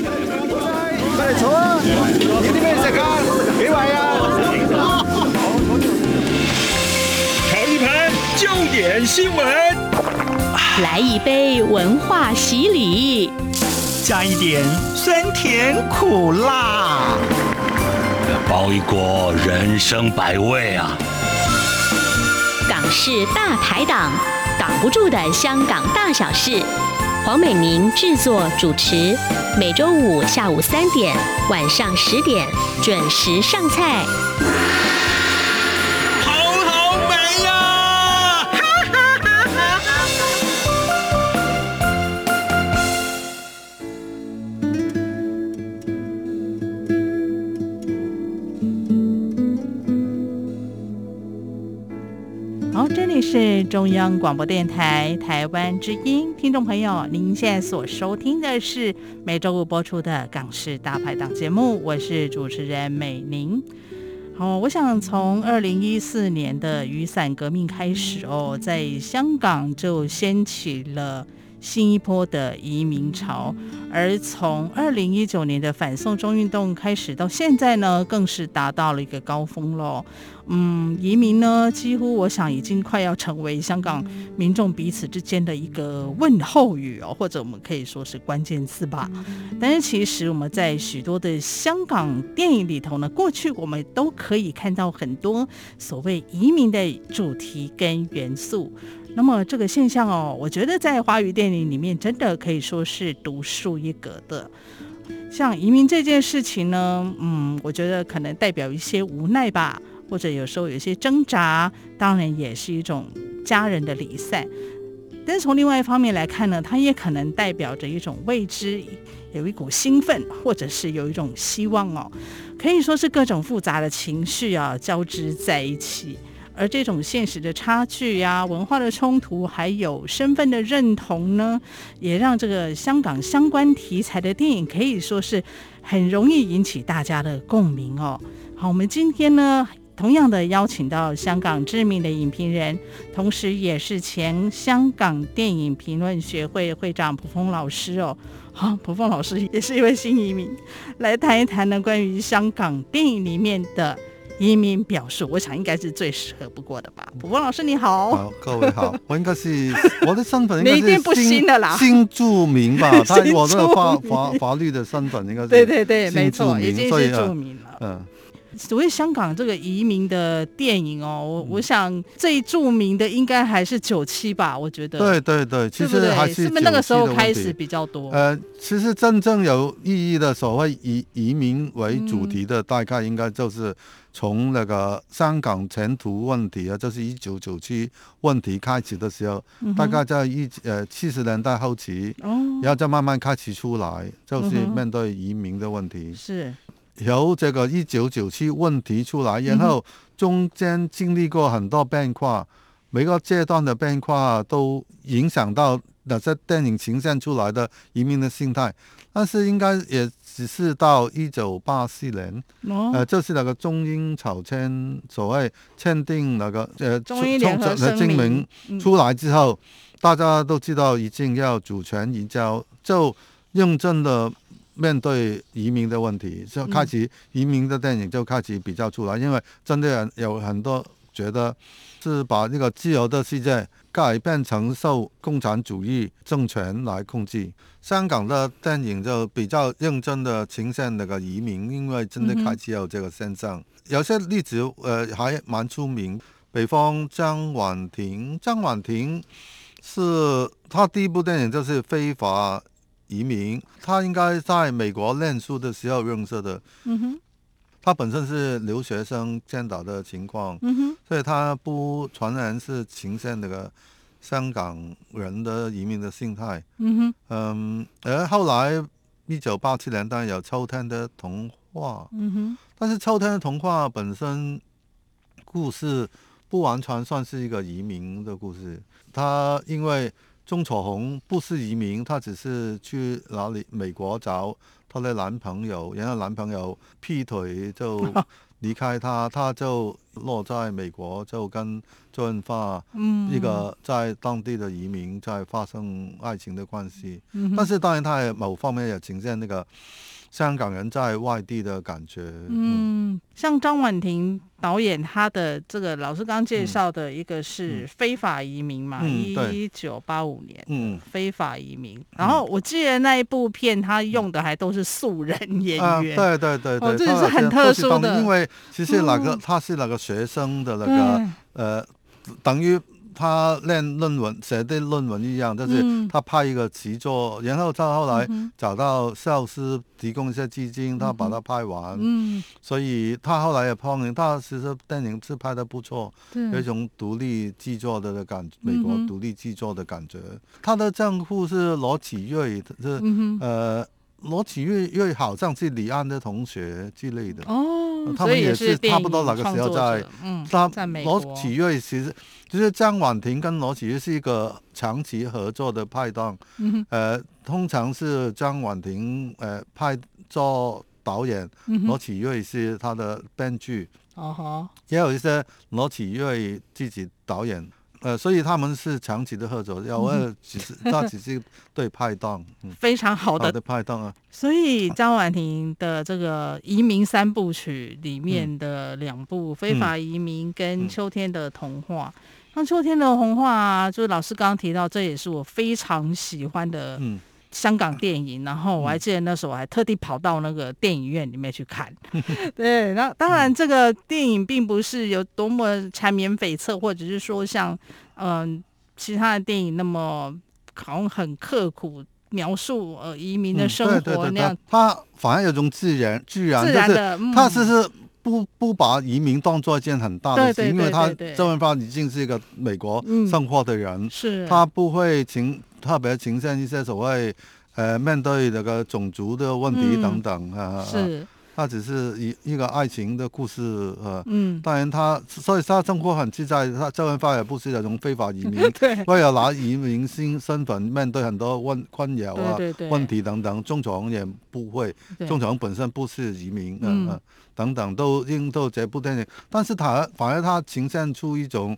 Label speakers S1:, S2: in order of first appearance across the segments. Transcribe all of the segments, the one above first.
S1: 快嚟坐啊！要啲咩食啊？幾位啊？
S2: 尝一盘焦点新闻，
S3: 来一杯文化洗礼，
S4: 加一点酸甜苦辣，
S5: 包一锅人生百味啊！
S3: 港式大排档，挡不住的香港大小事。黄美明制作主持，每周五下午三点、晚上十点准时上菜。
S4: 好好美呀、
S6: 好，这里是中央广播电台台湾之音，听众朋友，您现在所收听的是每周五播出的《港式大排档》节目，我是主持人美玲。好，我想从二零一四年的雨伞革命开始哦，在香港就掀起了新一波的移民潮，而从二零一九年的反送中运动开始到现在呢，更是达到了一个高峰喽。嗯，移民呢，几乎我想已经快要成为香港民众彼此之间的一个问候语哦，或者我们可以说是关键字吧。但是其实我们在许多的香港电影里头呢，过去我们都可以看到很多所谓移民的主题跟元素。那么这个现象哦，我觉得在华语电影里面真的可以说是独树一格的。像移民这件事情呢，嗯，我觉得可能代表一些无奈吧，或者有时候有一些挣扎，当然也是一种家人的离散。但是从另外一方面来看呢，它也可能代表着一种未知，有一股兴奋，或者是有一种希望哦，可以说是各种复杂的情绪啊交织在一起。而这种现实的差距呀、文化的冲突，还有身份的认同呢，也让这个香港相关题材的电影可以说是很容易引起大家的共鸣哦。好，我们今天呢，同样的邀请到香港知名的影评人，同时也是前香港电影评论学会会长蒲峰老师哦。好，蒲峰老师也是一位新移民，来谈一谈呢关于香港电影里面的移民表述，我想应该是最适合不过的吧。蒲峰老师你好，
S1: 好，各位 好，我应该是我的身份应该
S6: 你
S1: 是
S6: 一定不新的啦
S1: 新住民 吧？他
S6: 新
S1: 我那个法
S6: 住民
S1: 法法律的身份应该是
S6: 对对对，没
S1: 新住
S6: 错，
S1: 民
S6: 已经
S1: 所以
S6: 是
S1: 啊
S6: 著名了。
S1: 嗯，
S6: 所谓香港这个移民的电影哦，我
S1: 嗯
S6: 我想最著名的应该还是九七吧，我觉得。
S1: 对对对，其
S6: 对不
S1: 实还
S6: 对？
S1: 是
S6: 是不是那个时候
S1: 久期的问
S6: 开
S1: 题
S6: 始比较多？
S1: 呃，其实真正有意义的所谓以移民为主题
S6: 嗯
S1: 的，大概应该就是从那个香港前途问题啊，就是一九九七问题开始的时候，大概在一呃七十年代后期，
S6: 嗯哦，
S1: 然后再慢慢开始出来，就是
S6: 嗯哼
S1: 面对移民的问题。
S6: 是
S1: 由这个一九九七问题出来，然
S6: 嗯
S1: 后中间经历过很多变化，每个阶段的变化都影响到那些电影呈现出来的移民的心态。但是应该也只是到一九八四年，
S6: 哦，
S1: 呃，就是那个中英草签所谓签订那个呃
S6: 中英联合
S1: 的
S6: 声
S1: 呃证明
S6: 明。嗯
S1: 出来之后，大家都知道已经要主权移交，就认真的面对移民的问题，就开始移民的电影就开始比较出来，因为真的有很多觉得是把那个自由的世界改变成受共产主义政权来控制。香港的电影就比较认真的呈现那个移民，因为真的
S6: 嗯哼
S1: 开始有这个现象。有些例子呃还蛮出名，北方张婉婷，张婉婷是她第一部电影就是《非法移民》，她应该在美国念书的时候认识的。
S6: 嗯哼，
S1: 她本身是留学生见到的情况，
S6: 嗯哼，
S1: 所以她不传然是呈现那个香港人的移民的心态。
S6: 嗯哼，
S1: 嗯，而后来一九八七年，当然有秋天的童话，
S6: 嗯哼，
S1: 但是秋天的童话本身故事不完全算是一个移民的故事，他因为钟楚红不是移民，她只是去 哪里美国找她的男朋友，然后男朋友劈腿就离开他，他就落在美国，就跟周润发
S6: 嗯
S1: 一个在当地的移民在发生爱情的关系。
S6: 嗯哼
S1: 但是当然，他也某方面也呈现那个香港人在外地的感觉。嗯
S6: 嗯，像张婉婷导演，她的这个老师刚介绍的一个是非法移民嘛，
S1: 嗯
S6: 一
S1: 对
S6: 九八五年。
S1: 嗯，嗯
S6: 非法移民，然后我记得那一部片，他用的还都是素人演
S1: 啊，
S6: 员，
S1: 对对对
S6: 哦
S1: 对，
S6: 这
S1: 他
S6: 也是
S1: 好像
S6: 很
S1: 都
S6: 特
S1: 是
S6: 殊
S1: 当
S6: 的
S1: 因为其实那个
S6: 嗯
S1: 他是那个学生的那个
S6: 对
S1: 呃，等于他练论文写的论文一样，就是
S6: 嗯
S1: 他派一个习作，然后他后来找到校师提供一些基金，他把它拍完，
S6: 嗯，
S1: 所以他后来也碰见，他其实电影是拍的不错，有一
S6: 对，
S1: 种独立制作的感，美国
S6: 嗯嗯哼
S1: 独立制作的感觉。他的丈夫是罗启瑞，是、
S6: 嗯哼，
S1: 呃罗启瑞瑞好像是李安的同学之类的。
S6: 哦，
S1: 呃他
S6: 所
S1: 们
S6: 以
S1: 也
S6: 是
S1: 是
S6: 电
S1: 差不
S6: 影
S1: 多那个时候
S6: 创作
S1: 在
S6: 者嗯，
S1: 他
S6: 在美
S1: 罗
S6: 国
S1: 启瑞其实就是张婉婷跟罗启瑞是一个长期合作的拍档，
S6: 嗯哼
S1: 呃，通常是张婉婷呃派做导演，
S6: 嗯
S1: 罗
S6: 哼，
S1: 启瑞是他的编剧，
S6: 哦吼，
S1: 也有一些罗启瑞自己导演。呃，所以他们是长期的合
S6: 嗯
S1: 作，有呃，只是他只是对拍档，嗯，
S6: 非常 好
S1: 好
S6: 的
S1: 的拍档啊，
S6: 所以张婉婷的这个《移民三部曲》
S1: 嗯
S6: 里面的两部《非法移民》跟《秋天的童话》，像《秋天的童话》啊，就是老师刚刚提到，这也是我非常喜欢的
S1: 嗯
S6: 香港电影。然后我还记得那时候我还特地跑到那个电影院里面去 看。对，那当
S1: 嗯
S6: 然这个电影并不是有多么缠绵悱恻，或者是说像嗯、其他的电影那么好像很刻苦。描述呃移民的
S1: 嗯
S6: 生
S1: 对
S6: 活那
S1: 对对
S6: 样
S1: 对，他反而有种自然，自然
S6: 自
S1: 就
S6: 然
S1: 是
S6: 的，嗯
S1: 他只是不不把移民当做一件很大的事，
S6: 对对对
S1: 因为他
S6: 对对
S1: 周润发已经是一个美国
S6: 嗯
S1: 生活的人，
S6: 是
S1: 他不会情特别呈现一些所谓呃面对那个种族的问题
S6: 嗯
S1: 等等、啊，啊，
S6: 是
S1: 他只是一一个爱情的故事呃。
S6: 嗯，
S1: 当然他，所以他生活很自在。他周润发也不是那种非法移民
S6: 对
S1: 为了拿移民身身份，面对很多问困扰啊、
S6: 对对对
S1: 问题等等。中国也不会，
S6: 对
S1: 中常本身不是移民，
S6: 嗯
S1: 嗯嗯，等等都映到这部电影，但是他反而他呈现出一种，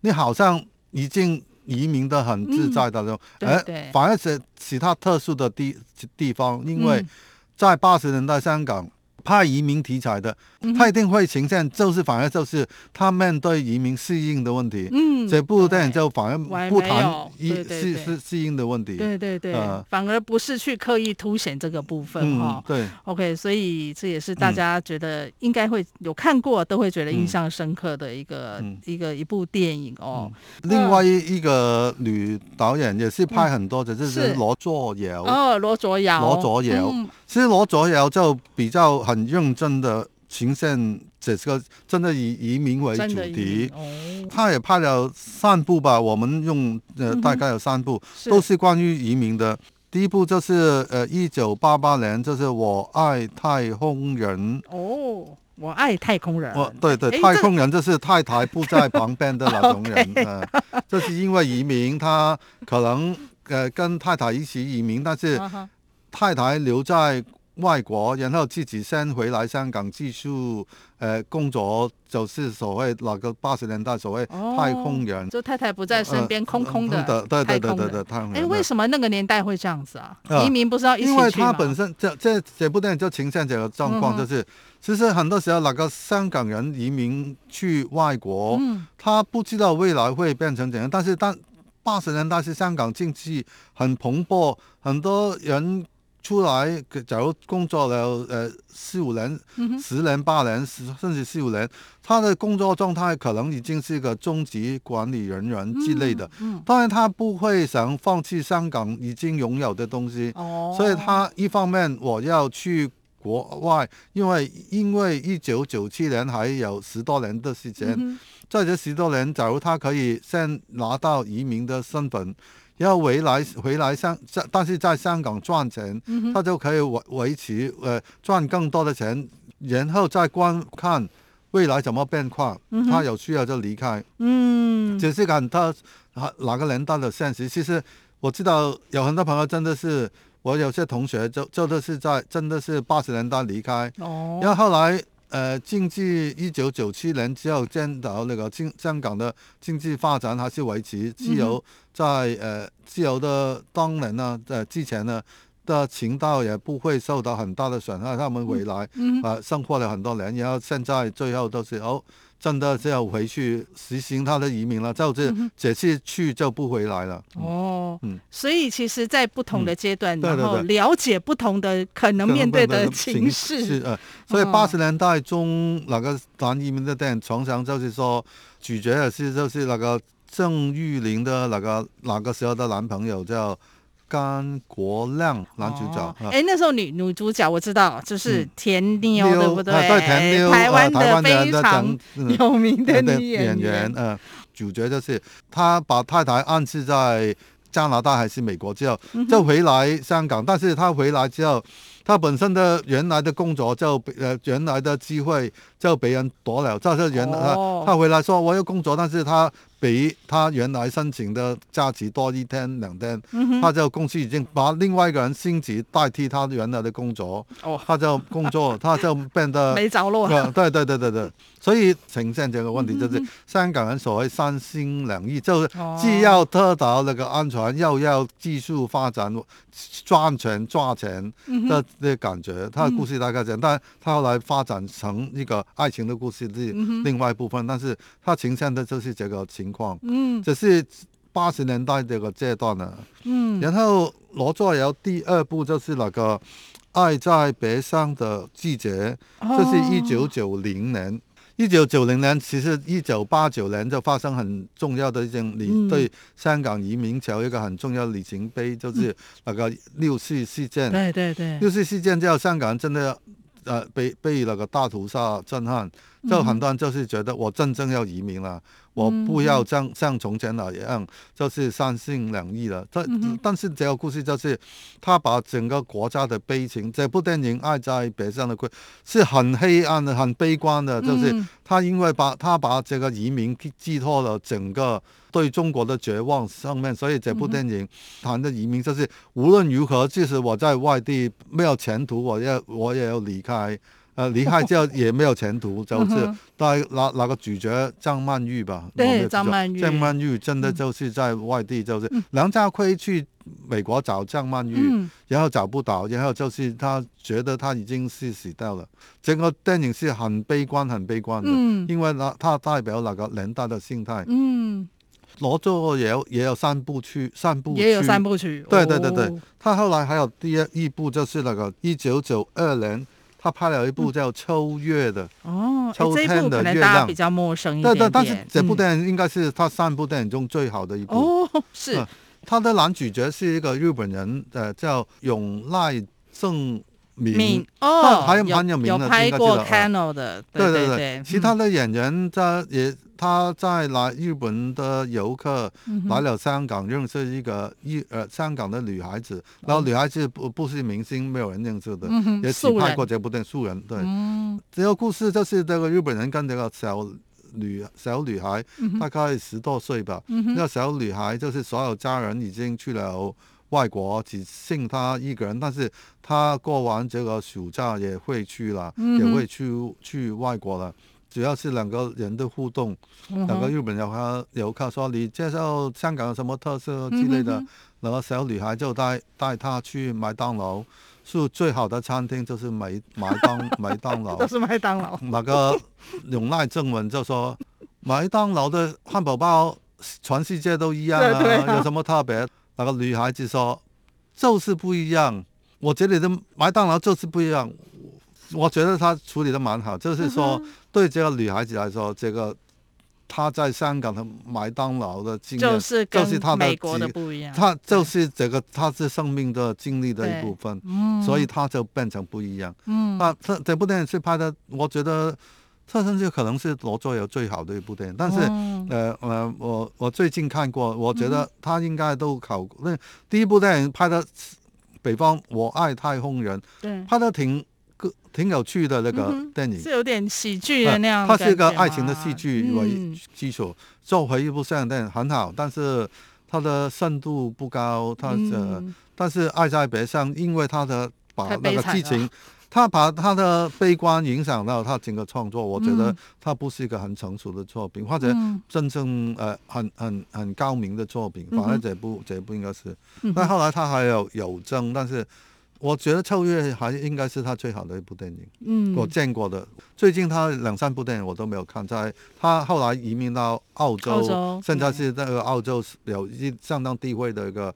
S1: 你好像已经移民的很自在的那种，
S6: 嗯对
S1: 而
S6: 对
S1: 反而是其他特殊的地地方，因为
S6: 嗯
S1: 在八十年代香港。拍移民题材的，
S6: 嗯
S1: 他一定会呈现，就是反而就是他面对移民适应的问题。
S6: 嗯
S1: 这部电影
S6: 对
S1: 就反而
S6: 完
S1: 不
S6: 没
S1: 谈
S6: 有
S1: 移
S6: 对对
S1: 适
S6: 对
S1: 适适应的问题。
S6: 对对对
S1: 呃，
S6: 反而不是去刻意凸显这个部分
S1: 嗯
S6: 哈，。
S1: 对，
S6: OK，所以这也是大
S1: 嗯
S6: 家觉得应该会有看过，都会觉得印象深刻的一个
S1: 嗯
S6: 一个一部电影哦。
S1: 另外一一个女导演也是拍很多的，就是
S6: 嗯是
S1: 罗作尧。
S6: 哦，罗卓瑶，
S1: 罗卓瑶
S6: 嗯
S1: 其实罗作尧就比较很认真的呈现这个，真的以移民为
S6: 真
S1: 主
S6: 的
S1: 题
S6: 有。哦，
S1: 他也拍了三部吧，我们用呃
S6: 嗯哼
S1: 大概有三部，
S6: 是
S1: 都是关于移民的。第一部就是呃一九八八年，就是我爱太空人。
S6: 哦，我爱太空人，
S1: 哦，对对
S6: 诶，
S1: 太
S6: 这个
S1: 空人就是太太不在旁边的那 种人，呃，这是因为移民，他可能呃跟太太一起移民，但是
S6: 啊哈
S1: 太太留在外国，然后自己先回来香港继续呃工作，就是所谓那个八十年代所谓
S6: 哦
S1: 太空人。
S6: 就太太不在身边，
S1: 呃
S6: 空空的，
S1: 嗯对对
S6: 太
S1: 对
S6: 空
S1: 对
S6: 人
S1: 对，太空
S6: 哎，
S1: 人。
S6: 为什么那个年代会这样子啊？
S1: 啊
S6: 移民不是要一起去
S1: 因
S6: 吗？
S1: 为他本身这这这部电影就呈现这个状况，
S6: 嗯哼
S1: 就是、其实很多时候那个香港人移民去外国，
S6: 嗯
S1: 他不知道未来会变成怎样，但是当八十年代是香港经济很蓬勃，很多人。出来，假如工作了呃四五年、
S6: 嗯
S1: 十年、八年，十甚至四五年，他的工作状态可能已经是一个中级管理人员之类的。
S6: 嗯，
S1: 当然，他不会想放弃香港已经拥有的东西。
S6: 哦，
S1: 所以他一方面我要去国外，因为因为一九九七年还有十多年的时间，
S6: 嗯
S1: 在这十多年，假如他可以先拿到移民的身份，要回来回来香，在但是在香港赚钱，
S6: 嗯哼
S1: 他就可以维维持呃赚更多的钱，然后再观看未来怎么变化，他有需要就离开。
S6: 嗯
S1: 只是看他啊哪个年代的现实。其实我知道有很多朋友真的是，我有些同学就就的是在真的是八十年代离开，
S6: 哦
S1: 然后后来呃，经济一九九七年之后，见到那个经香港的经济发展还是维持自
S6: 嗯
S1: 由在，呃自由的当然呢，呃之前呢的情道也不会受到很大的损害，他们回来、
S6: 嗯
S1: 呃生活了很多年，然后现在最后都是哦，真的是要回去实行他的移民了，就是这次去就不回来了。
S6: 嗯哦，
S1: 嗯
S6: 所以其实，在不同的阶段，
S1: 嗯对对
S6: 然后
S1: 对
S6: 了解不同的可能面对的情势，
S1: 是呃，所以
S6: 嗯
S1: 八十年代中那个南移民的电影常常就是说，主角也是就是那个郑裕玲的那个那个时候的男朋友叫甘国亮男主角。
S6: 哦
S1: 啊
S6: 哎，那时候女女主角我知道，就是
S1: 嗯
S6: 田妞，对不
S1: 妞啊对田妞，
S6: 台
S1: 啊
S6: 湾
S1: 台
S6: 的
S1: 湾的
S6: 非
S1: 那
S6: 常
S1: 种嗯
S6: 有名的女
S1: 演
S6: 演
S1: 员，呃，主角就是他把太太暗示在加拿大还是美国之后，
S6: 嗯
S1: 就回来香港，但是他回来之后，他本身的原来的工作就被呃原来的机会就被人夺了，就是原来、
S6: 哦
S1: 他回来说我要工作，但是他比他原来申请的假期多一天两天，
S6: 嗯
S1: 他就公司已经把另外一个人薪资代替他原来的工作，
S6: 哦
S1: 他就工作他就变得
S6: 没着落。
S1: 呃
S6: 啊
S1: 对啊对对对对 对，所以呈现这个问题就是香港人所谓三心两意，就是
S6: 嗯哦
S1: 既要得到那个安全，又要技术发展赚钱赚钱
S6: 嗯
S1: 的的感觉。他的故事大概这样，但他后来发展成一个爱情的故事是
S6: 嗯
S1: 另外一部分，但是他呈现的就是这个情况，
S6: 嗯
S1: 只是八十年代这个阶段啊呢。
S6: 嗯，
S1: 然后罗作有第二部就是那个《爱在北上的季节》，
S6: 哦
S1: 这是一九九零年。一九九零年，其实一九八九年就发生很重要的一件里、
S6: 嗯
S1: 对香港移民潮一个很重要的里程碑，就是那个六四事件。
S6: 嗯对对对，
S1: 六四事件之后，香港人真的呃被被那个大屠杀震撼，就很多人就是觉得我真正要移民了，我不要像像从前那样，就是三心两意了。但、但是这个故事就是他把整个国家的悲情，这部电影《爱在北上的归》是很黑暗的、很悲观的，就是
S6: 嗯
S1: 他因为把他把这个移民寄寄托了整个对中国的绝望上面，所以这部电影谈的移民就是无论如何，即使我在外地没有前途，我要我也要离开。呃，离开之后也没有前途，就是但那那个主角张曼玉吧，
S6: 嗯对
S1: 我没有记错
S6: 张曼玉
S1: 张曼玉真的就是在外地，就是梁家辉去美国找张曼玉，
S6: 嗯
S1: 然后找不到，然后就是他觉得他已经是死掉了。整个电影是很悲观、很悲观的，
S6: 嗯
S1: 因为那它代表那个年代的心态。
S6: 嗯，
S1: 罗作也有也有三部曲，三部曲
S6: 也有三。部曲。
S1: 对对对对
S6: 哦，
S1: 他后来还有第二一部就是那个一九九二年，他拍了一部叫《秋月》的，
S6: 哦，哎
S1: 秋
S6: 这一
S1: 天
S6: 部
S1: 的
S6: 可能
S1: 月
S6: 大家
S1: 亮
S6: 比较陌生一点
S1: 但
S6: 点。
S1: 但但是这部
S6: 嗯
S1: 电影应该是他三部电影中最好的一部。
S6: 哦是
S1: 嗯他的男主角是一个日本人，呃，叫永濑正敏。
S6: 敏哦，
S1: 还有
S6: 有
S1: 蛮有名的
S6: 有拍
S1: 应该
S6: 过
S1: 记得呃
S6: Cano 的，
S1: 对
S6: 对嗯
S1: 对，其他的演员在也他在来日本的游客
S6: 嗯
S1: 来了香港，认识一个一呃香港的女孩子，然后女孩子不不是明星，没有人认识的，
S6: 哦嗯哼
S1: 也
S6: 素
S1: 只拍
S6: 人
S1: 过这部电影《素人》。对，
S6: 嗯
S1: 这个故事就是这个日本人跟这个小女小女孩，
S6: 嗯
S1: 大概十多岁吧。那个小女孩就是所有家人已经去了外国，只剩她一个人。但是她过完这个暑假也会去了，也会去去外国了。主要是两个人的互动，两个日本游客游客说你介绍香港有什么特色之类的，然后小女孩就带带她去麦当劳，是最好的餐厅就是麦麦当麦当劳
S6: 都。是麦当劳。
S1: 那个永濑正文就说，麦当劳的汉堡包全世界都一样啊，
S6: 对对啊
S1: 有什么特别？那个女孩子说，就是不一样，我这里的麦当劳就是不一样。我觉得他处理的蛮好，就是
S6: 嗯
S1: 说对这个女孩子来说，这个她在香港的麦当劳的经验，
S6: 就是
S1: 就
S6: 跟
S1: 是她的
S6: 美国的
S1: 几
S6: 不一样。
S1: 她就是这个她是生命的经历的
S6: 对
S1: 一部分。
S6: 嗯
S1: 所以它就变成不一样。
S6: 嗯
S1: 那这这部电影是拍的，我觉得这甚至可能是罗作有最好的一部电影。但是，
S6: 哦
S1: 呃呃，我我最近看过，我觉
S6: 嗯
S1: 得他应该都考过。那、第一部电影拍的，北方我爱太空人，
S6: 对
S1: 拍的挺个挺有趣的那个
S6: 嗯嗯哼
S1: 电影。
S6: 是有点喜剧的嗯那样
S1: 它
S6: 感觉吗。
S1: 是一个爱情的戏剧为
S6: 嗯
S1: 基础，作为一部香港电影很好，但是它的深度不高，它的、
S6: 嗯
S1: 但是《爱在北上》，因为它的把
S6: 太
S1: 那
S6: 悲
S1: 个
S6: 惨
S1: 剧情他把他的悲观影响到他整个创作，我觉得
S6: 嗯
S1: 他不是一个很成熟的作品，或者
S6: 嗯
S1: 真正呃很很很高明的作品，
S6: 嗯哼
S1: 反正这部这部应该是。
S6: 嗯
S1: 但
S6: 哼
S1: 后来他还有有争，但是我觉得《秋月》还应该是他最好的一部电影，
S6: 嗯
S1: 我见过的。最近他两三部电影我都没有看，在他后来移民到澳洲，
S6: 澳洲
S1: 现在是那个澳洲有一相当地位的一个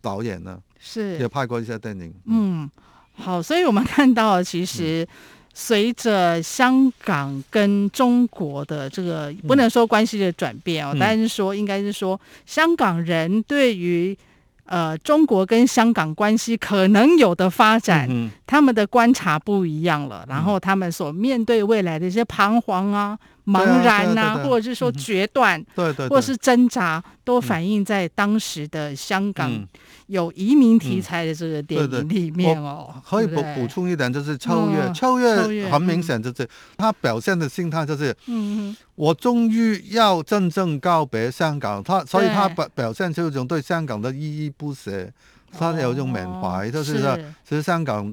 S1: 导演呢，也
S6: 是
S1: 拍过一些电影。
S6: 嗯好，所以我们看到
S1: 嗯
S6: 其实。随着香港跟中国的这个不能说关系的转变哦，
S1: 嗯
S6: 但是说应该是说香港人对于呃中国跟香港关系可能有的发展，
S1: 嗯
S6: 他们的观察不一样了，然后他们所面对未来的一些彷徨啊、茫然
S1: 对
S6: 呐、
S1: 啊对啊
S6: 或者是说决断，
S1: 对对对，
S6: 或者是挣扎，都反映在当时的香港
S1: 嗯
S6: 有移民题材的这个电
S1: 对
S6: 影
S1: 对
S6: 里面哦。
S1: 可以
S6: 对
S1: 补
S6: 不对
S1: 补，充一点，就是秋月，
S6: 嗯秋
S1: 秋
S6: 月
S1: 月很
S6: 嗯
S1: 明显就是他表现的心态就是
S6: 嗯
S1: 我终于要真正告别香港，他所以
S6: 对
S1: 他表表现出一种对香港的依依不舍，他有一种缅怀，
S6: 哦
S1: 就是
S6: 是
S1: 说其实香港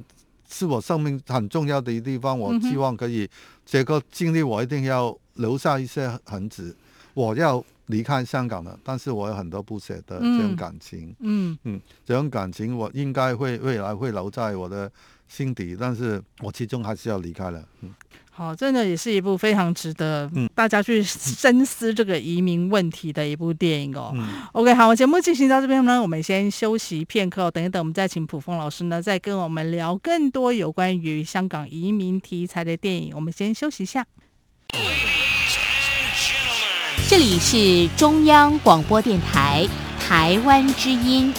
S1: 是我生命很重要的一地方，我
S6: 嗯哼
S1: 希望可以、这个经历我一定要留下一些痕迹，我要离开香港了，但是我有很多不舍的这种
S6: 嗯
S1: 感情。
S6: 嗯
S1: 嗯，这种感情我应该会未来会留在我的心底，但是我其中还是要离开了。嗯，
S6: 好，真的也是一部非常值得
S1: 嗯
S6: 大家去深思这个移民问题的一部电影哦。
S1: 嗯
S6: OK，好，我节目进行到这边呢，我们先休息片刻、哦，等一等，我们再请普峰老师呢，再跟我们聊更多有关于香港移民题材的电影。我们先休息一下。
S3: 这里是中央广播电台台湾之音。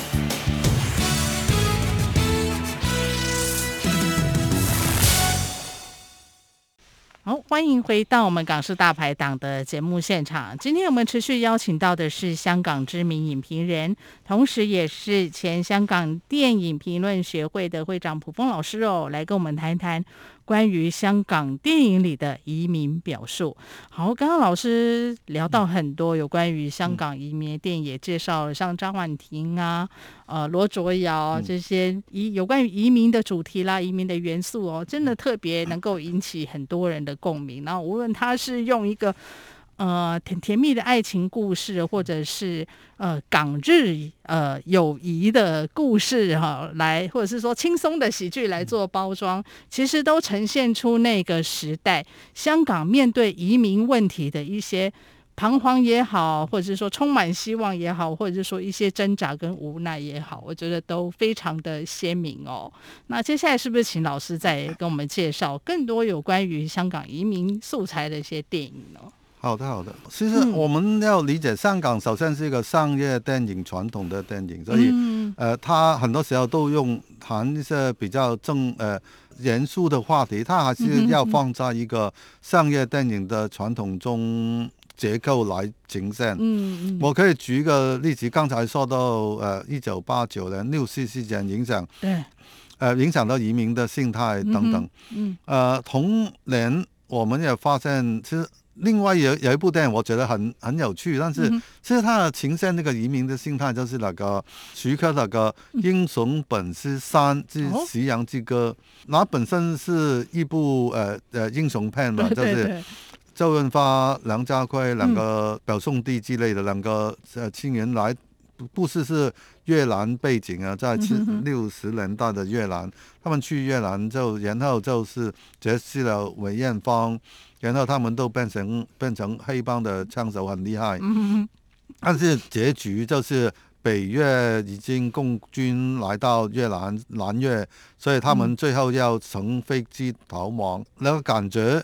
S6: 好，欢迎回到我们港式大排档的节目现场。今天我们持续邀请到的是香港知名影评人，同时也是前香港电影评论学会的会长蒲峰老师哦，来跟我们谈谈关于香港电影里的移民表述。好，刚刚老师聊到很多有关于香港移民的电影，也介绍了像张婉婷啊、呃罗卓瑶这些移有关于移民的主题啦、移民的元素哦，真的特别能够引起很多人的共鸣。然后无论他是用一个呃甜甜蜜的爱情故事，或者是呃港日呃友谊的故事哈、来或者是说轻松的喜剧来做包装，其实都呈现出那个时代香港面对移民问题的一些。彷徨也好，或者是说充满希望也好，或者是说一些挣扎跟无奈也好，我觉得都非常的鲜明哦。那接下来是不是请老师再跟我们介绍更多有关于香港移民素材的一些电影呢？
S1: 好的好的。其
S6: 嗯
S1: 实我们要理解香港首先是一个商业电影传统的电影，所以、
S6: 嗯
S1: 呃，他很多时候都用谈一些比较正呃严肃的话题，他还是要放在一个商业电影的传统中结构来呈现。
S6: 嗯嗯，
S1: 我可以举一个例子，刚才说到呃，一九八九年六四事件影响
S6: 对，
S1: 呃影响到移民的心态等等。
S6: 嗯
S1: 呃，同年我们也发现，其实另外有有一部电影，我觉得很很有趣，但是
S6: 嗯哼
S1: 其实它的呈现那个移民的心态，就是那个徐克那个《英雄本是山之
S6: 哦
S1: 夕阳之歌》，那本身是一部呃呃英雄片嘛，
S6: 对
S1: 就
S6: 对
S1: 是。
S6: 对，
S1: 周润发、梁家辉两
S6: 嗯
S1: 个表兄弟之类的两个呃亲人来，不不是是越南背景啊，在七
S6: 嗯哼哼
S1: 六十年代的越南，他们去越南就然后就是结识了梅艳芳，然后他们都变成变成黑帮的枪手，很厉害。
S6: 嗯
S1: 但是结局就是北越已经共军来到越南南越，所以他们最后要乘飞机逃亡，那个感觉。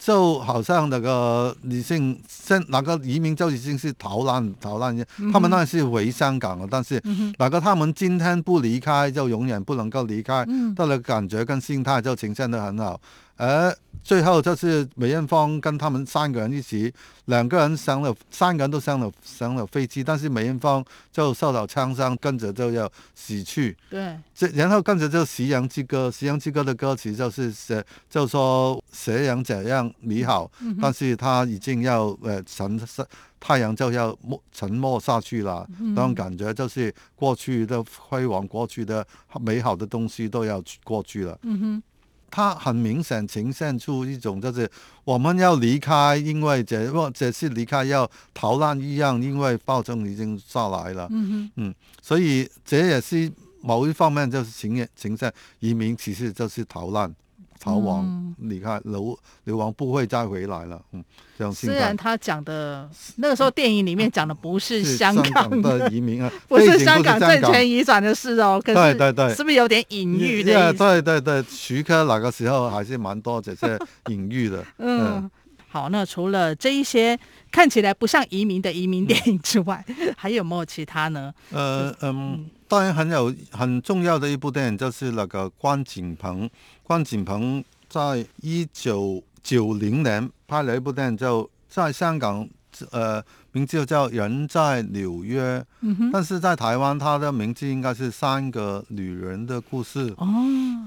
S1: 就好像那个已经现那个移民就已经是逃难逃难，他们那是回香港了，但是那个他们今天不离开，就永远不能够离开，
S6: 嗯
S1: 他的感觉跟心态就呈现得很好。而最后就是梅艳芳跟他们三个人一起，两个人上了，三个人都上了上了飞机，但是梅艳芳就受到枪伤，跟着就要死去。
S6: 对，
S1: 这然后跟着就《夕阳之歌》，《夕阳之歌》的歌词就是写，就说斜阳怎样你好，但是他已经要呃沉下太阳就要没沉没下去了，
S6: 嗯
S1: 那种感觉就是过去的辉煌、过去的美好的东西都要去过去了。
S6: 嗯哼，
S1: 它很明显呈现出一种就是我们要离开，因为这或者是离开要逃难一样，因为暴政已经下来了。
S6: 嗯
S1: 所以这也是某一方面就是形也形象移民其实就是逃难、逃亡
S6: 嗯、
S1: 离开流流亡，不会再回来了。嗯，这样
S6: 哼，
S1: 心
S6: 虽
S1: 态
S6: 然。他讲的那个时候电影里面讲的不是香港
S1: 港
S6: 的，
S1: 的移民啊，
S6: 不
S1: 背
S6: 是
S1: 景
S6: 香港政
S1: 港
S6: 权移转的事哦，可
S1: 对
S6: 是
S1: 对对
S6: 是不是有点隐喻的
S1: 呀
S6: 意思？
S1: 对对对，徐克那个时候还是蛮多这些隐喻的。
S6: 嗯，好，那除了这一些看起来不像移民的移民电影之外， 还有没有其他呢？
S1: 呃嗯，当然很有很重要的一部电影就是那个关锦鹏，关锦鹏在一九九零年拍了一部电影叫，就在香港呃名字叫《人在纽约》，
S6: 嗯哼，
S1: 但是在台湾它的名字应该是《三个女人的故事》。
S6: 哦，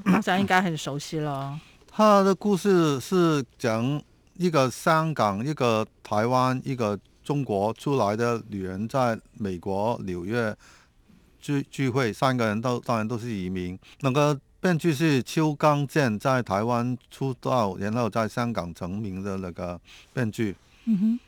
S6: 大家应该很熟悉了。
S1: 他的故事是讲一个香港、一个台湾、一个中国出来的女人在美国纽约聚聚会，三个人都当然都是移民。那个编剧是邱刚健，在台湾出道，然后在香港成名的那个编剧。
S6: 嗯哼，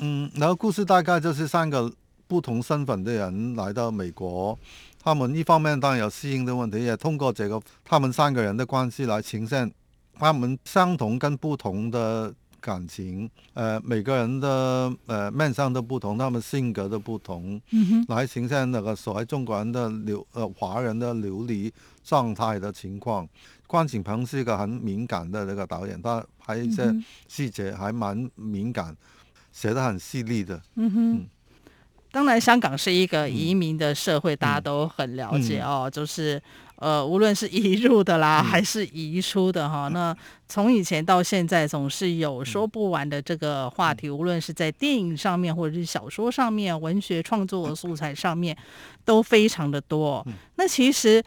S1: 嗯，然后故事大概就是三个不同身份的人来到美国，他们一方面当然有适应的问题，也通过这个他们三个人的关系来呈现他们相同跟不同的感情，呃，每个人的呃面相都不同，他们性格都不同，
S6: 嗯哼，
S1: 来形象那个所谓中国人的流呃华人的流离状态的情况。关锦鹏是一个很敏感的那个导演，他拍一些
S6: 嗯哼
S1: 细节还蛮敏感，写得很细腻的。
S6: 嗯哼。当然，香港是一个移民的社会，
S1: 嗯
S6: 大家都很了解哦。就是呃，无论是移入的
S1: 嗯
S6: 啦，还是移出的哈，那从以前到现在，总是有说不完的这个话
S1: 嗯
S6: 题。无论是在电影上面，或者是小说上面、文学创作素材上面，
S1: 嗯
S6: 都非常的多。那其实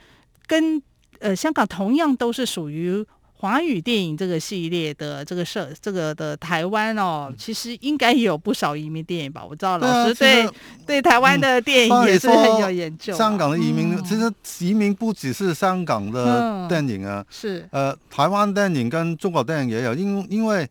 S6: 跟呃香港同样都是属于华语电影这个系列的这个社这个的台湾哦，其实应该也有不少移民电影吧？我知道
S1: 嗯对啊
S6: 老师
S1: 其实
S6: 对对台湾的电影
S1: 当
S6: 也
S1: 然
S6: 是很有研究啊，
S1: 香港的移民，
S6: 嗯
S1: 其实移民不只是香港
S6: 嗯
S1: 的电影啊，
S6: 是
S1: 呃，台湾电影跟中国电影也有，因因为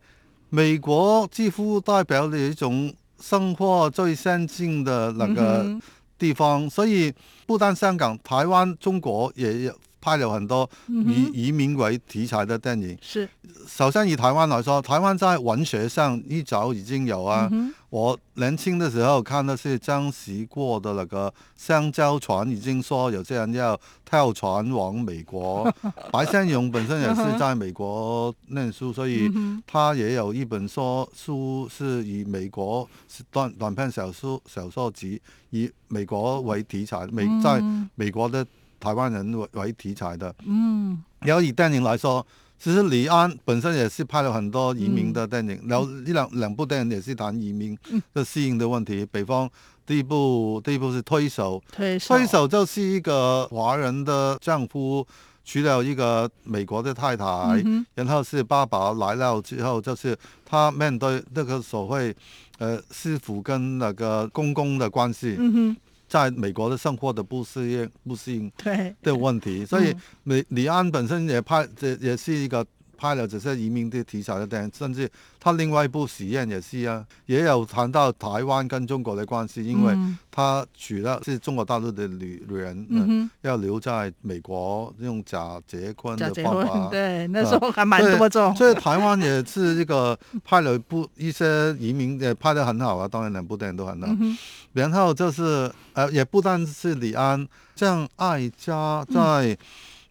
S1: 美国几乎代表了一种生活最先进的那个
S6: 嗯哼
S1: 地方，所以不单香港、台湾、中国也有拍了很多
S6: 嗯
S1: 以
S6: 哼
S1: 移民为题材的电影。
S6: 是
S1: 首先以台湾来说，台湾在文学上一早已经有啊。
S6: 嗯哼
S1: 我年轻的时候看的是张时过的那个《香蕉船》，已经说有些人要跳船往 美国。白先勇本身也是在美国念书，所以
S6: 嗯
S1: 他也有一本说书是以美国是短短篇小说小说集，以美国为题材，美在
S6: 嗯
S1: 美国的台湾人为为题材的。
S6: 嗯
S1: 然后以电影来说，其实李安本身也是拍了很多移
S6: 嗯
S1: 民的电影，然后呢两两部电影也是谈移民的适应的问题。比方第一部，第一部是《推手》，
S6: 推手
S1: 推手就是一个华人的丈夫娶了一个美国的太太，
S6: 嗯
S1: 然后是爸爸来了之后，就是他面对那个所谓呃师傅跟那个公公的关系，
S6: 嗯哼
S1: 在美国的生活的不适应不适应。
S6: 对
S1: 的问题，所以
S6: 嗯
S1: 李李安本身也拍，这也是一个拍了这些移民的题材的电影，甚至他另外一部《喜宴》也是啊，也有谈到台湾跟中国的关系，因为
S6: 嗯
S1: 他娶了是中国大陆的女女人，
S6: 嗯哼
S1: 要留在美国用假结婚
S6: 假
S1: 的
S6: 结
S1: 方
S6: 婚
S1: 法。
S6: 对那
S1: 啊
S6: 时候还蛮多这种
S1: 所以 台湾也是一个拍了一部一些移民也拍得很好啊，当然两部电影都很好。
S6: 嗯哼
S1: 然后就是呃，也不单是李安，像艾嘉在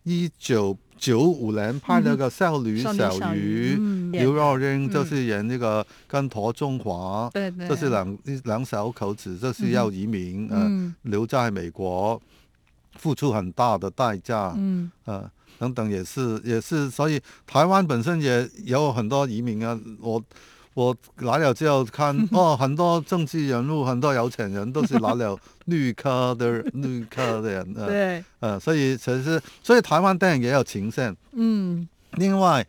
S1: 一九九五年拍了个《少女
S6: 嗯少女
S1: 小
S6: 小
S1: 鱼
S6: 鱼》，嗯演
S1: 刘若英
S6: 嗯
S1: 就是演那个跟陀中华，
S6: 对对
S1: 就是两两小口子就是要移民，
S6: 嗯
S1: 呃，留在美国，付出很大的代价，
S6: 嗯
S1: 呃，等等也是也是，所以台湾本身也有很多移民啊。我我来了之后看，哦，很多政治人物、很多有钱人都是拿了绿卡的人绿卡的人，呃，
S6: 对
S1: 呃，所以其实所以台湾电影也有情线。
S6: 嗯
S1: 另外，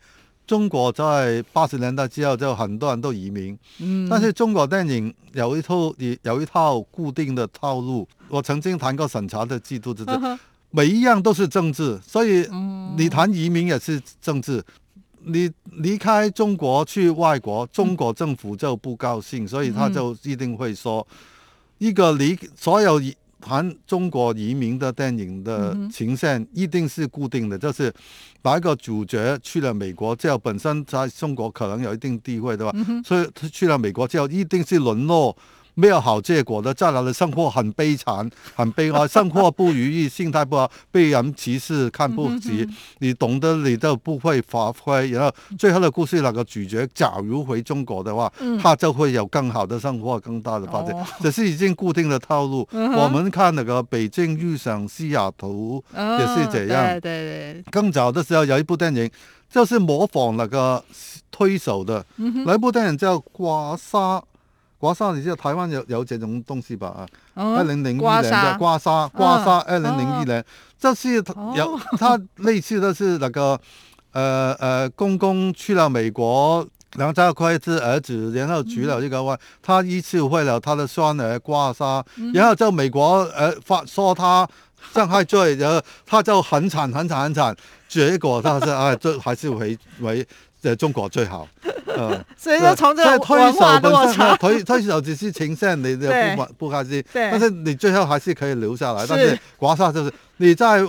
S1: 中国在八十年代之后就很多人都移民，
S6: 嗯
S1: 但是中国电影有一套有一套固定的套路。我曾经谈过审查的制度，就是
S6: 呵呵
S1: 每一样都是政治，所以
S6: 嗯
S1: 你谈移民也是政治，你离开中国去外国，中国政府就不高
S6: 嗯
S1: 兴，所以他就一定会说，一个离所有移谈中国移民的电影
S6: 嗯
S1: 的情线一定是固定的，就是把一个主角去了美国之后，本身在中国可能有一定地位，对吧？所以他去了美国之后，一定是沦落。没有好结果的，在那里生活很悲惨， 很悲哀，生活不如意，心态不好，被人歧视，看不起，你懂得你都不会发挥，然后最后的故事那个主角，假如回中国的话，他就会有更好的生活，更大的发展，
S6: 哦
S1: 这是已经固定的套路。我们看那个《北京遇上西雅图》也是这样，
S6: 哦对对对，
S1: 更早的时候有一部电影，就是模仿那个推手的，那一部电影叫《刮痧》。刮痧，你知道台湾有有这种东西吧？啊，二零零一
S6: 哦刮
S1: 年
S6: 痧嗯
S1: 的刮痧，刮痧，二零零
S6: 哦
S1: 一年，这是
S6: 哦
S1: 有它类似的是那个，呃呃，公公去了美国，然后再快一只儿子，然后娶
S6: 嗯
S1: 了一个外，他一次为了他的孙儿刮痧，
S6: 嗯
S1: 然后在美国呃发说他伤害罪，然后他就很惨很惨很惨，结果他是哎，这还是回回呃中国最好，呃。
S6: 所以说从这个
S1: 在
S6: 文
S1: 推
S6: 化
S1: 手
S6: 落
S1: 本身
S6: 差
S1: 呢，， 推推手只是情线，你的
S6: 对
S1: 不满不开心，
S6: 对
S1: 但是你最后还是可以留下来。
S6: 是
S1: 但是刮痧就是你在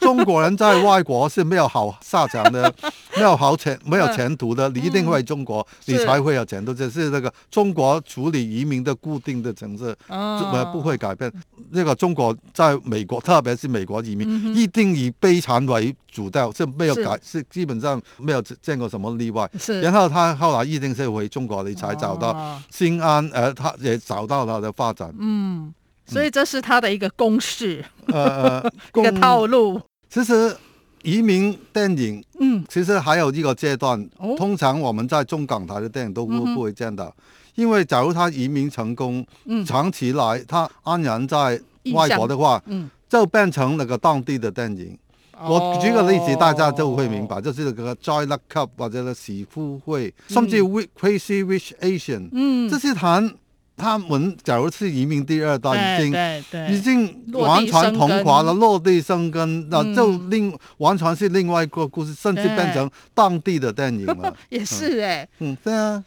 S1: 中国人在外国是没有好下场的， 没有好前没有前途
S6: 嗯
S1: 的，你一定会中国，你
S6: 是
S1: 才会有前途。这是那个中国处理移民的固定的城市，
S6: 嗯
S1: 呃不会改变。那个中国在美国，特别是美国移民，一定以悲惨为主调，是没有
S6: 嗯是
S1: 改，是基本上没有见过什么例外。
S6: 是
S1: 然后他后来一定是回中国，你才
S6: 嗯
S1: 找
S6: 哦
S1: 到新安，呃，他也找到他的发展，
S6: 嗯，所以这是他的一个公式，
S1: 呃，呃
S6: 一个
S1: 共
S6: 套路，
S1: 其实移民电影
S6: 嗯，
S1: 其实还有一个阶段，
S6: 哦
S1: 通常我们在中港台的电影都不
S6: 嗯哼
S1: 不会见到，因为假如他移民成功，
S6: 嗯
S1: 长期来他安然在外国的话，
S6: 嗯，
S1: 就变成那个当地的电影。
S6: 哦
S1: 我举个例子，大家就会明白，就是那个 Joy Luck Cup 或者是喜富会，甚至 w Crazy Rich Asian，、
S6: 嗯，
S1: 这些谈他们假如是移民第二代，已
S6: 对
S1: 经
S6: 对对，
S1: 已经完全同化了，落地生根，那、
S6: 嗯
S1: 就另完全是另外一个故事，甚至
S6: 对。
S1: 变成当地的电影了
S6: 也是哎，
S1: 嗯，对啊。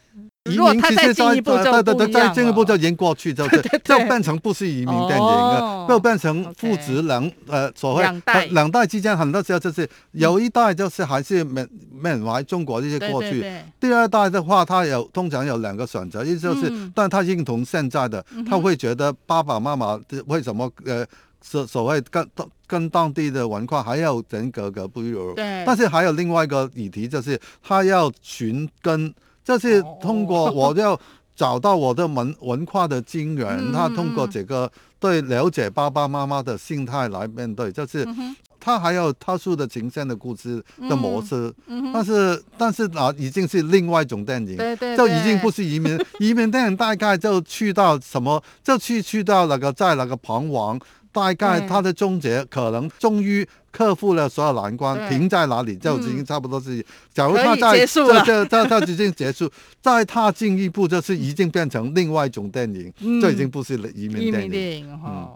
S1: 移
S6: 如果
S1: 民
S6: 他
S1: 其
S6: 再
S1: 实
S6: 进
S1: 在
S6: 一步就
S1: 在在
S6: 不一
S1: 在
S6: 样
S1: 再进一步
S6: 了
S1: 就已经过去， 就是
S6: 对对
S1: 就
S6: 对
S1: 变成不是移民电影
S6: 哦
S1: 了，就变成
S6: OK
S1: 父子两呃所谓
S6: 两代嗯
S1: 呃两代之间很多时候就是有一代就是还是缅缅怀中国这些
S6: 对
S1: 过
S6: 对
S1: 去，
S6: 对，
S1: 第二代的话，他有通常有两个选择，一就是，
S6: 嗯
S1: 但他认同现在的，他会觉得爸爸妈妈的为什么呃所所谓跟跟当地的文化还有人格格不入。
S6: 对
S1: 但是还有另外一个议题，就是他要寻根，就是
S6: 哦
S1: 通过我要找到我的文 文化的精源，
S6: 嗯
S1: 他通过这个对了解爸爸妈妈的心态来面对，就是。
S6: 嗯
S1: 他还有特殊的情线的故事的模式，但是但是啊，已经是另外一种电影，
S6: 嗯对对
S1: 就已经
S6: 对
S1: 不是移民，移民电影大概就去到什么，就去去到那个在那个彷徨，大概
S6: 对
S1: 它的终结可能终于克服了所有难关，
S6: 对嗯
S1: 停在哪里就已经差不多是，假如
S6: 可以
S1: 他在
S6: 结束了
S1: 这这这已经结束，再踏进一步就是已经变成另外一种电影，
S6: 嗯
S1: 这已经不是移民
S6: 移
S1: 电
S6: 民
S1: 影。嗯
S6: 电影哈。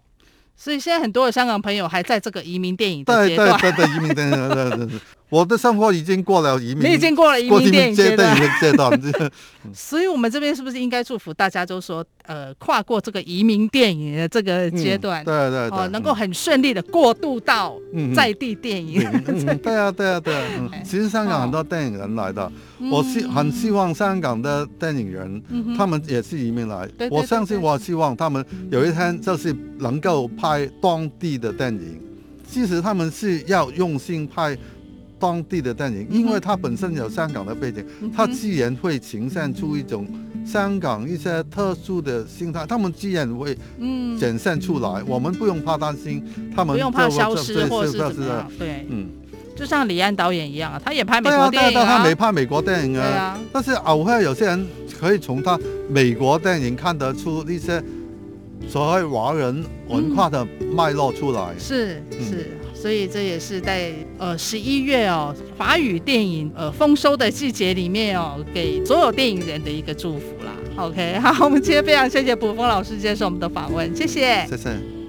S6: 所以现在很多的香港朋友还在这个移民电影的
S1: 对
S6: 阶
S1: 对
S6: 段，
S1: 对对，移民电影，对对对，我的生活已经过了移民，
S6: 你已经过了移
S1: 过
S6: 民电影阶
S1: 阶
S6: 段
S1: 段，，阶段。
S6: 所以我们这边是不是应该祝福大家，就说呃，跨过这个移民电影的这个阶段，
S1: 嗯对对对，
S6: 哦，能够很顺利的过渡到
S1: 嗯嗯
S6: 在地电影。
S1: 嗯嗯嗯对啊对 啊对啊，嗯
S6: 哎嗯
S1: 其实香港很多电影人来的，我希很希望香港的电影人，他们也是移民来
S6: 对对，
S1: 我相信我希望他们有一天就是能够拍当地的电影，其实他们是要用心拍。当地的电影，
S6: 嗯
S1: 因为它本身有香港的背景，它自然会呈现出一种香港一些特殊的心态，他们自然会
S6: 嗯，
S1: 展现出来。我们不用怕担心，他们
S6: 不用怕
S1: 就
S6: 消
S1: 就
S6: 失
S1: 对
S6: 或是
S1: 消
S6: 怎
S1: 失
S6: 么
S1: 了
S6: 样，对，
S1: 嗯。
S6: 就像李安导演一样啊，他也拍美
S1: 对
S6: 国
S1: 啊，对啊，
S6: 电影
S1: 对啊，他
S6: 啊
S1: 没，拍美国电影啊。
S6: 对啊
S1: 但是偶尔有些人可以从他美国电影看得出一些所谓华人文化的脉络出来。
S6: 是是，所以这也是在呃十一月哦，华语电影呃丰收的季节里面哦，给所有电影人的一个祝福啦。OK，好，我们今天非常谢谢卜峰老师接受我们的访问，谢谢。
S1: 谢谢。